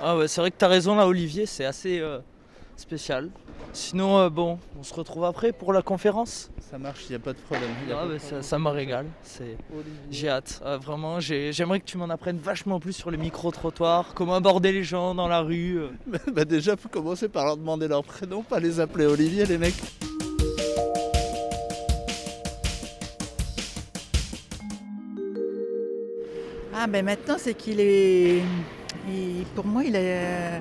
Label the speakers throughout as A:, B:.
A: Ah ouais, c'est vrai que t'as raison là, Olivier, c'est assez euh, spécial. Sinon, euh, bon, on se retrouve après pour la conférence.
B: Ça marche, il n'y a pas de problème. y a
A: Ah
B: pas de
A: ouais,
B: problème.
A: ça, ça me régale. C'est... J'ai hâte, Ah, vraiment. j'ai- J'aimerais que tu m'en apprennes vachement plus sur les micro-trottoirs, comment aborder les gens dans la rue. euh.
B: bah déjà, faut commencer par leur demander leur prénom, pas les appeler Olivier, les mecs.
C: Ah ben maintenant c'est qu'il est, il- pour moi il a,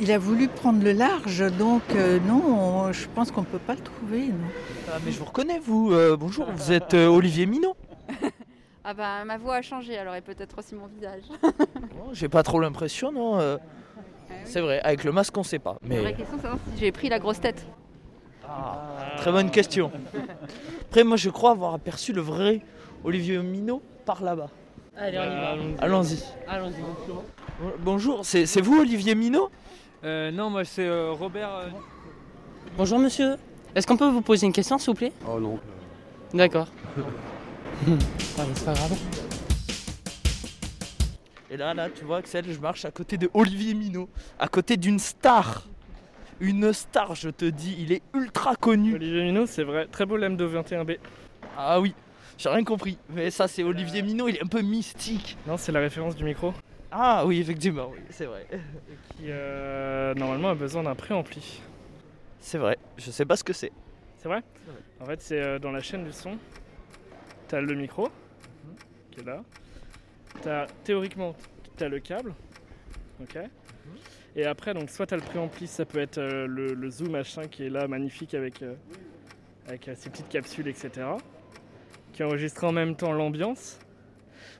C: il a voulu prendre le large donc euh, non on- je pense qu'on peut pas le trouver. non.
A: Ah, mais je vous reconnais, vous. euh, bonjour, vous êtes euh, Olivier Minot.
D: Ah bah ma voix a changé alors et peut-être aussi mon visage.
A: Bon, Oh, j'ai pas trop l'impression, non euh, C'est vrai, avec le masque, on sait pas.
D: La vraie
A: Mais.
D: question c'est savoir si j'ai pris la grosse tête.
A: Ah, très bonne question. Après, moi, je crois avoir aperçu le vrai Olivier Minot par là-bas. Euh,
E: Allez, on y va.
A: Allons-y.
E: Allons-y.
A: Bon- Bonjour, c'est c'est vous, Olivier Minot
F: Euh, non, moi c'est euh, Robert. euh,
E: Bonjour monsieur. Est-ce qu'on peut vous poser une question s'il vous plaît
G: Oh non.
E: D'accord. Ah, mais c'est pas grave.
A: Et là, là, tu vois, Axel, je marche à côté de Olivier Minot, à côté d'une star. Une star, je te dis, il est ultra connu.
H: Olivier Minot, c'est vrai. Très beau lame de 21B.
A: Ah oui, j'ai rien compris. Mais ça, c'est
E: Euh.
A: Olivier Minot, il est un peu mystique.
H: Non, c'est la référence du micro
A: Ah oui, effectivement, oui, c'est vrai.
H: qui, euh, normalement, a besoin d'un préampli.
A: C'est vrai, je sais pas ce que c'est.
H: C'est vrai En fait, c'est euh, dans la chaîne du son. T'as le micro qui est là. T'as théoriquement, t'as le câble. Ok. Et après, donc, soit t'as le préampli, ça peut être euh, le, le zoom H5 qui est là, magnifique avec, euh, avec euh, ses petites capsules, etc. Qui enregistre en même temps l'ambiance.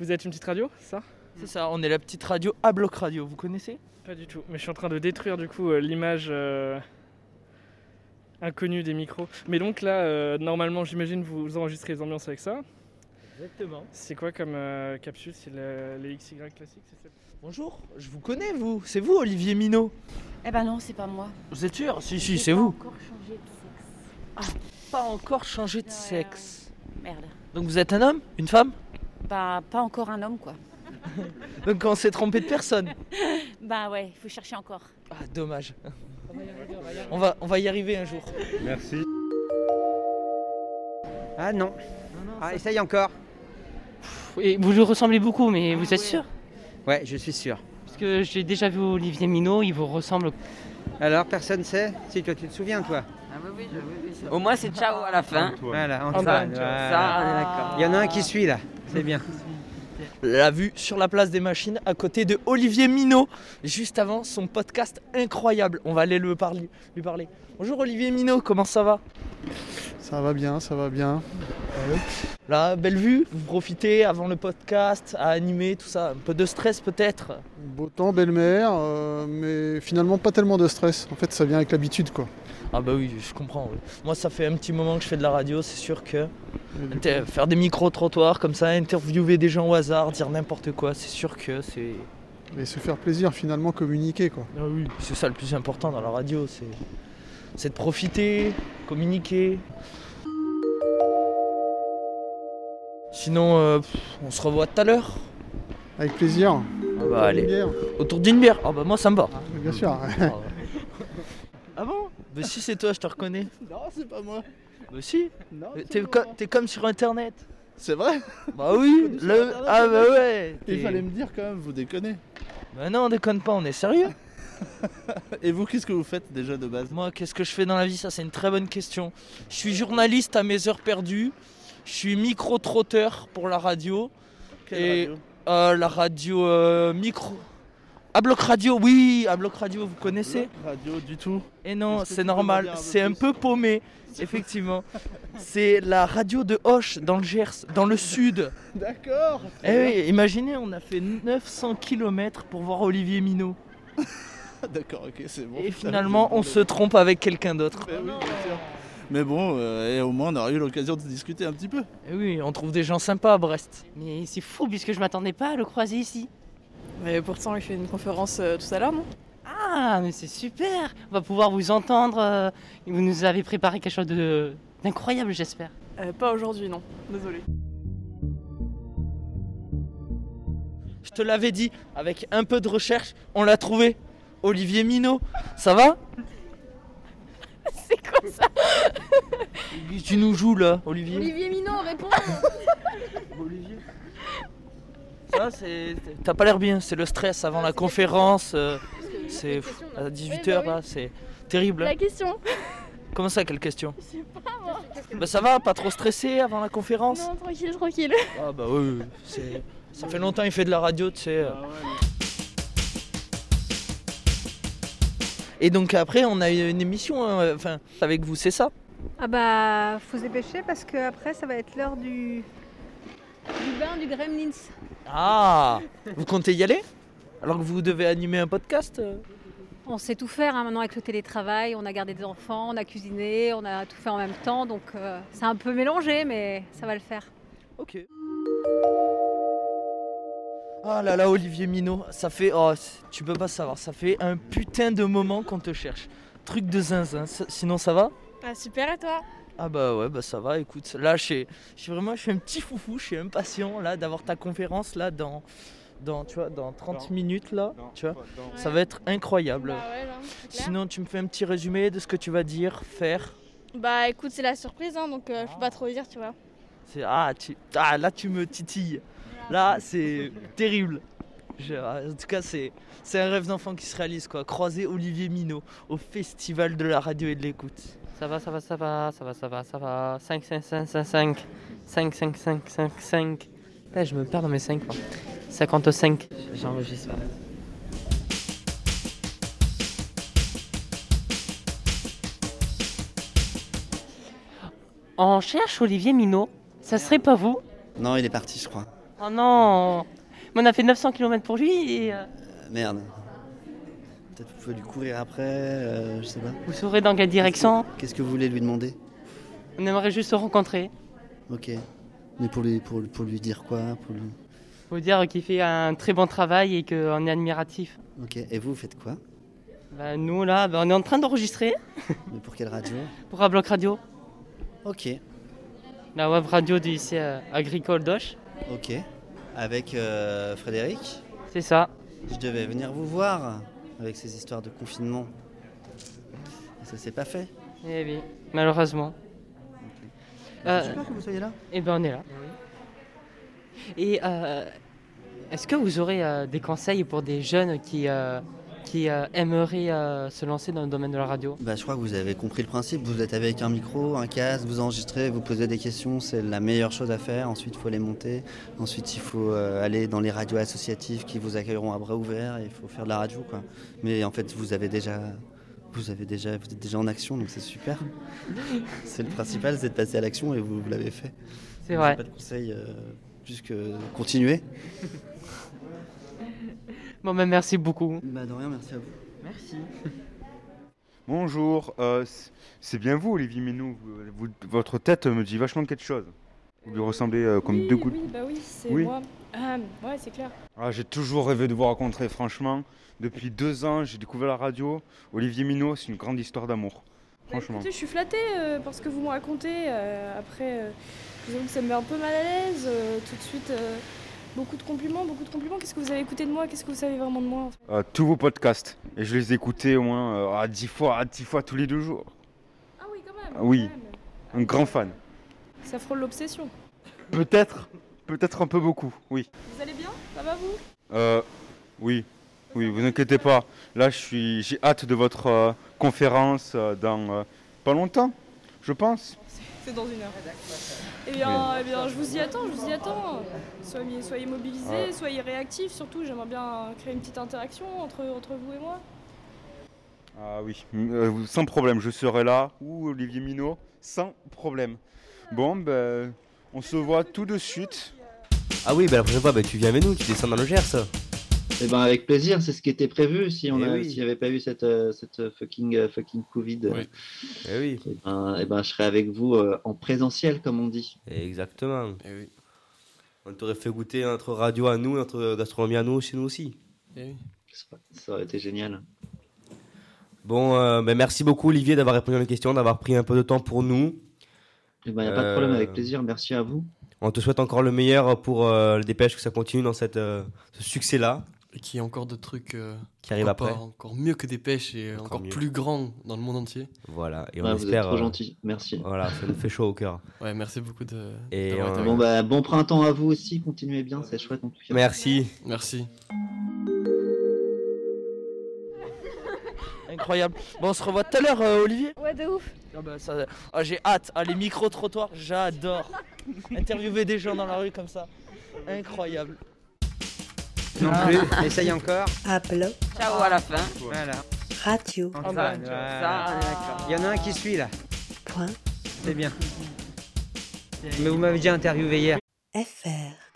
H: Vous êtes une petite radio, c'est ça
E: Mm.
A: C'est ça, on est la petite radio à bloc radio, vous connaissez
H: Pas du tout, mais je suis en train de détruire du coup euh, l'image euh, inconnue des micros. Mais donc là, euh, normalement, j'imagine vous enregistrez les ambiances avec ça.
A: Exactement.
H: C'est quoi comme euh, capsule C'est le- les XY classiques c'est ça
A: Bonjour, je vous connais, vous. C'est vous, Olivier Minot
I: Eh ben non, c'est pas moi.
A: Vous êtes sûr
I: J'ai
A: Si, si, c'est
I: pas
A: vous.
I: encore changé de sexe.
A: Pas encore changé de
I: Ouais.
A: sexe.
I: Merde.
A: Donc vous êtes un homme Une femme
I: Bah, pas encore un homme, quoi.
A: Donc on s'est trompé de personne.
I: Bah ouais, il faut chercher encore.
A: Ah, dommage. On va, on va y arriver un jour.
G: Merci.
J: Ah non. Ah, essaye encore.
E: Et vous lui ressemblez beaucoup, mais vous êtes sûr
J: Ouais, je suis sûr.
E: Parce que j'ai déjà vu Olivier Minot, il vous ressemble.
J: Alors, personne sait Si, toi, tu te souviens, toi
K: Au moins, c'est ciao à la fin.
J: Voilà, Antoine.
K: Antoine,
J: voilà.
K: Ça, on est d'accord.
J: Il y en a un qui suit, là. C'est bien.
A: La vue sur la place des machines à côté de Olivier Minot, juste avant son podcast incroyable. On va aller le parler, lui parler. Bonjour Olivier Minot, comment ça va
B: Ça va bien, ça va bien.
A: Là, belle vue, vous profitez avant le podcast, à animer, tout ça. Un peu de stress peut-être
B: Beau temps, belle mer, euh, mais finalement pas tellement de stress. En fait, ça vient avec l'habitude, quoi.
A: Ah bah oui, je comprends. oui. Moi, ça fait un petit moment que je fais de la radio, c'est sûr que
B: Et du
A: Inter- faire des micro-trottoirs comme ça, interviewer des gens au hasard, dire n'importe quoi, c'est sûr que c'est...
B: coup, Et se faire plaisir, finalement, communiquer, quoi.
A: Ah oui, c'est ça le plus important dans la radio, c'est, c'est de profiter, communiquer. Sinon, euh, pff, on se revoit tout à l'heure.
B: Avec plaisir.
A: Ah bah
B: Une
A: allez,
B: bière,
A: autour d'une bière. Ah bah moi ça me va.
B: bien sûr.
A: Ah, bon Mais si c'est toi, je te reconnais.
B: non, c'est pas moi.
A: Mais si,
B: Non,
A: mais t'es, co- t'es comme sur internet.
B: C'est vrai
A: Bah oui,
B: sur
A: le...
B: internet,
A: ah bah
B: mec.
A: ouais. t'es-
B: Il fallait me dire quand même, vous déconnez.
A: Bah non, on déconne pas, on est sérieux.
B: Et vous, qu'est-ce que vous faites déjà de base
A: Moi, qu'est-ce que je fais dans la vie Ça, c'est une très bonne question. Je suis journaliste à mes heures perdues. Je suis micro-trotteur pour la radio. Et- Euh, la radio euh, micro. À bloc radio, oui, à bloc radio, vous connaissez
B: Radio du tout.
A: Et
B: Est-ce
A: non,
B: que tu
A: c'est
B: peux m'en
A: normal,
B: dire un peu
A: c'est un
B: plus
A: peu paumé, effectivement. c'est la radio de Hoche dans le Gers, dans le sud.
B: D'accord.
A: Eh oui, imaginez, on a fait 900 km pour voir Olivier Minot.
B: D'accord, ok, c'est bon.
A: Et finalement, on se trompe avec quelqu'un d'autre.
B: Mais, oui, bien sûr. Mais bon, euh, et au moins on aura eu l'occasion de discuter un petit peu.
A: Eh oui, on trouve des gens sympas à Brest.
E: Mais c'est fou, puisque je m'attendais pas à le croiser ici.
L: Mais pourtant, il fait une conférence euh, tout à l'heure, non
E: Ah, mais c'est super On va pouvoir vous entendre. euh, Vous nous avez préparé quelque chose de- d'incroyable, j'espère.
L: Euh, Pas aujourd'hui, non. Désolé.
A: Je te l'avais dit, avec un peu de recherche, on l'a trouvé. Olivier Minot, ça va
G: C'est quoi ça
A: Tu nous joues là, Olivier
G: Olivier Minot répond
A: Olivier Ça, c'est. T'as pas l'air bien, c'est le stress avant la conférence. euh, c'est pff, à 18h
G: Eh ben oui.
A: là, c'est terrible. hein.
G: La question
A: Comment ça, quelle question
G: Je sais pas moi
A: Bah ça va, pas trop stressé avant la conférence
G: Non, tranquille, tranquille
A: Ah bah oui, oui, c'est- ça fait longtemps il fait de la radio, tu sais. euh. Et donc après, on a une émission hein, enfin, avec vous, c'est ça
M: Ah bah, faut se dépêcher parce que après ça va être l'heure du...
D: Du bain du Gremlins.
A: Ah Vous comptez y aller Alors que vous devez animer un podcast euh
M: On sait tout faire hein, maintenant avec le télétravail, on a gardé des enfants, on a cuisiné, on a tout fait en même temps, donc euh, c'est un peu mélangé mais ça va le faire.
A: Ok. Ah là là, Olivier Minot, ça fait. Oh, c- tu peux pas savoir, ça fait un putain de moment qu'on te cherche. Truc de zinzin, ça- sinon ça va
L: Ah, super, et toi
A: Ah bah ouais, bah ça va, écoute. Là, je suis je suis vraiment je suis un petit foufou, je suis impatient là d'avoir ta conférence là dans. Dans, tu vois, dans 30 minutes là, tu vois, ça va être incroyable.
G: Bah
A: Sinon, tu me fais un petit résumé de ce que tu vas dire, faire. Ah.
G: Bah écoute, c'est la surprise, hein, donc euh, je peux pas trop dire, tu vois.
A: C'est- Ah, tu- ah, là, tu me titilles. Là, c'est terrible. Je- ah, En tout cas, c'est c'est un rêve d'enfant qui se réalise. quoi. Croiser Olivier Minot au Festival de la radio et de l'écoute.
E: Ça va, ça va, ça va, ça va, ça va, ça va. 5, 5, 5, 5, 5. 5, 5, 5, 5, 5. Là, Eh, je me perds dans mes 5. 55. J'enregistre pas. On cherche Olivier Minot. Ça serait pas vous
N: Non, il est parti, je crois.
E: Oh non Mais on a fait 900 km pour lui et. euh,
N: Euh, Merde. Peut-être vous pouvez lui courir après, euh, je sais pas.
E: Vous saurez dans quelle direction
N: Qu'est-ce que vous voulez lui demander
E: On aimerait juste se rencontrer.
N: Ok. Mais pour lui, pour, pour lui dire quoi pour lui-
E: Faut dire qu'il fait un très bon travail et qu'on est admiratif.
N: Ok. Et vous, vous faites quoi
E: Bah, nous, là, bah, on est en train d'enregistrer
N: Mais pour quelle radio
E: pour Abloc Radio.
N: Ok.
E: La web radio du lycée euh, agricole d'Oche.
N: Ok. Avec euh, Frédéric
E: C'est ça.
N: Je devais venir vous voir avec ces histoires de confinement. Ça s'est pas fait.
E: Eh oui, malheureusement.
N: Bah, super que vous soyez là.
E: Eh ben, on est là. Et euh, est-ce que vous aurez euh, des conseils pour des jeunes qui, euh, qui euh, aimeraient euh, se lancer dans le domaine de la radio
N: Bah, je crois que vous avez compris le principe. Vous êtes avec un micro, un casque, vous enregistrez, vous posez des questions. C'est la meilleure chose à faire. Ensuite, il faut les monter. Ensuite, il faut euh, aller dans les radios associatives qui vous accueilleront à bras ouverts. et Il faut faire de la radio, quoi. Mais en fait, vous avez déjà, vous avez déjà, vous êtes déjà en action, donc c'est super. c'est le principal, c'est de passer à l'action et vous, vous l'avez fait.
E: C'est
N: Donc,
E: vrai.
N: j'ai Pas de conseil, euh, plus que continuer.
E: Bon, ben, merci beaucoup.
N: Bah, de rien, merci à vous. Merci.
O: Bonjour, euh, c- c'est bien vous, Olivier Ménou. vous- vous- votre tête me dit vachement quelque chose. Vous lui ressemblez euh, comme
P: oui,
O: deux gouttes.
P: Oui, bah oui, c'est
O: Oui.
P: moi. Ah, ouais, c'est clair.
O: Ah, j'ai toujours rêvé de vous rencontrer, franchement. Depuis deux ans, j'ai découvert la radio. Olivier Minot, c'est une grande histoire d'amour. Franchement.
H: Bah,
P: Écoutez, je suis flattée euh, parce que vous me racontez. euh, après, euh, je vous avoue que ça me met un peu mal à l'aise. euh, tout de suite, euh, beaucoup de compliments, beaucoup de compliments. Qu'est-ce que vous avez écouté de moi Qu'est-ce que vous savez vraiment de moi
O: Euh, tous vos podcasts. Et je les écoutais au moins euh, à dix fois, à dix fois tous les deux jours.
P: Ah oui, quand même.
O: Ah Oui, un grand fan.
P: Ça frôle l'obsession.
O: Peut-être, peut-être un peu beaucoup, oui.
P: Vous allez bien Ça va vous
O: Euh, oui, oui, vous inquiétez pas. Là, je suis, j'ai hâte de votre euh, conférence euh, dans euh, pas longtemps, je pense.
P: C'est dans une heure. Eh bien, eh bien, je vous y attends, je vous y attends. Soyez, soyez mobilisés,
O: Ouais.
P: soyez réactifs surtout. J'aimerais bien créer une petite interaction entre, entre vous et moi.
O: Ah oui, mm, euh, vous- sans problème, je serai là. Ou Olivier Minot, sans problème. Bon, ben, on se voit tout de suite.
Q: Ah oui, bah la prochaine fois, bah, tu viens avec nous, tu descends dans le Gers.
N: Eh ben avec plaisir, c'est ce qui était prévu si on
Q: Eh
N: a-
Q: oui.
N: s'il n'y avait pas eu cette, euh, cette euh, fucking, euh, fucking Covid. euh,
Q: Eh oui.
N: Eh ben, eh ben, je serai avec vous euh, en présentiel, comme on dit.
Q: Exactement. Eh On t'aurait fait goûter notre radio à nous, notre gastronomie à nous, chez nous aussi.
N: Ça aurait été génial.
Q: Bon, euh,
A: ben,
Q: bah, merci beaucoup Olivier d'avoir répondu à mes questions, d'avoir pris un peu de temps pour nous.
N: Eh ben, Il n'y a pas de problème, avec plaisir. Merci à vous.
A: On te souhaite encore le meilleur pour euh, le dépêche, que ça continue dans cette, euh, ce succès-là.
R: Et qu'il y ait encore d'autres trucs euh,
A: Qui arrivent
R: pourquoi
A: après.
R: pas Encore mieux que des pêches et encore,
A: mieux.
R: plus grand dans le monde entier.
A: Voilà, et on
N: Ouais, vous êtes
A: espère.
N: trop
A: euh,
N: gentils, merci.
A: Voilà, ça nous fait chaud au cœur.
R: Ouais, merci beaucoup de.
A: Et euh,
R: d'avoir
A: on-
R: été avec
N: Bon,
R: nous.
N: bah, bon printemps à vous aussi, continuez bien, c'est chouette en tout cas.
A: Merci.
R: Merci.
S: Incroyable. Bon, on se revoit tout à l'heure, euh, Olivier.
M: Ouais, de ouf.
S: Ah bah, ça- ah, j'ai hâte. Ah, les micro-trottoirs, j'adore. Interviewer des gens dans la rue comme ça. Incroyable.
O: Non plus, Ah, essaye encore.
D: Apple. Ciao à la fin.
O: Voilà.
D: Radio.
O: Antoine, voilà. Il y en a un qui suit là.
D: Point.
O: C'est bien. Mais vous m'avez déjà interviewé hier.
D: FR.